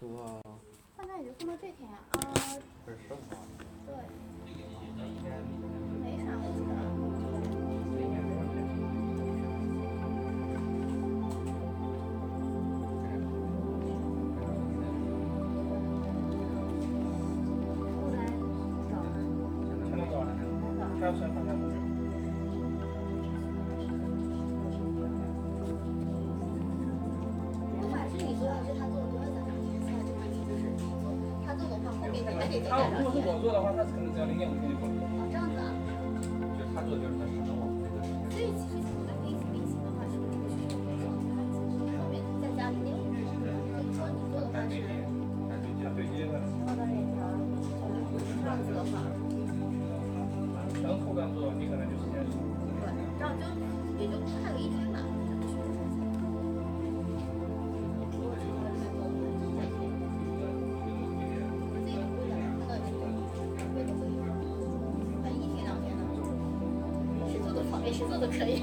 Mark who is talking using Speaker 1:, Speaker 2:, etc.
Speaker 1: 说
Speaker 2: 放在你就放到这天呀、啊？
Speaker 1: 不是剩吗？
Speaker 2: 对，没啥我记得。后来找了，
Speaker 3: 还有谁放在不是？
Speaker 4: 不管是你做还是他做，都要咱们决赛这个问题就是你做，他做的话后面你还得再
Speaker 3: 他
Speaker 4: 改两
Speaker 3: 如果是
Speaker 4: 天。
Speaker 3: 我做的话，他可能只要零点五天就够了。
Speaker 4: 哦，这样子啊。
Speaker 1: 就他做就是他省我们这个时间。
Speaker 4: 所以其实我在回忆起明星的话，是不是这个学生会做的话，其实后面在家里面，你说你做的话是，
Speaker 1: 他对
Speaker 3: 他对接的，
Speaker 4: 放到哪条？这样子的话，
Speaker 3: 可能后端做你可能就时间少。
Speaker 4: 对，这样就也就快了一天吧。自己不想看到也是为了自己，但一天两天呢，谁做的方便谁做的可以。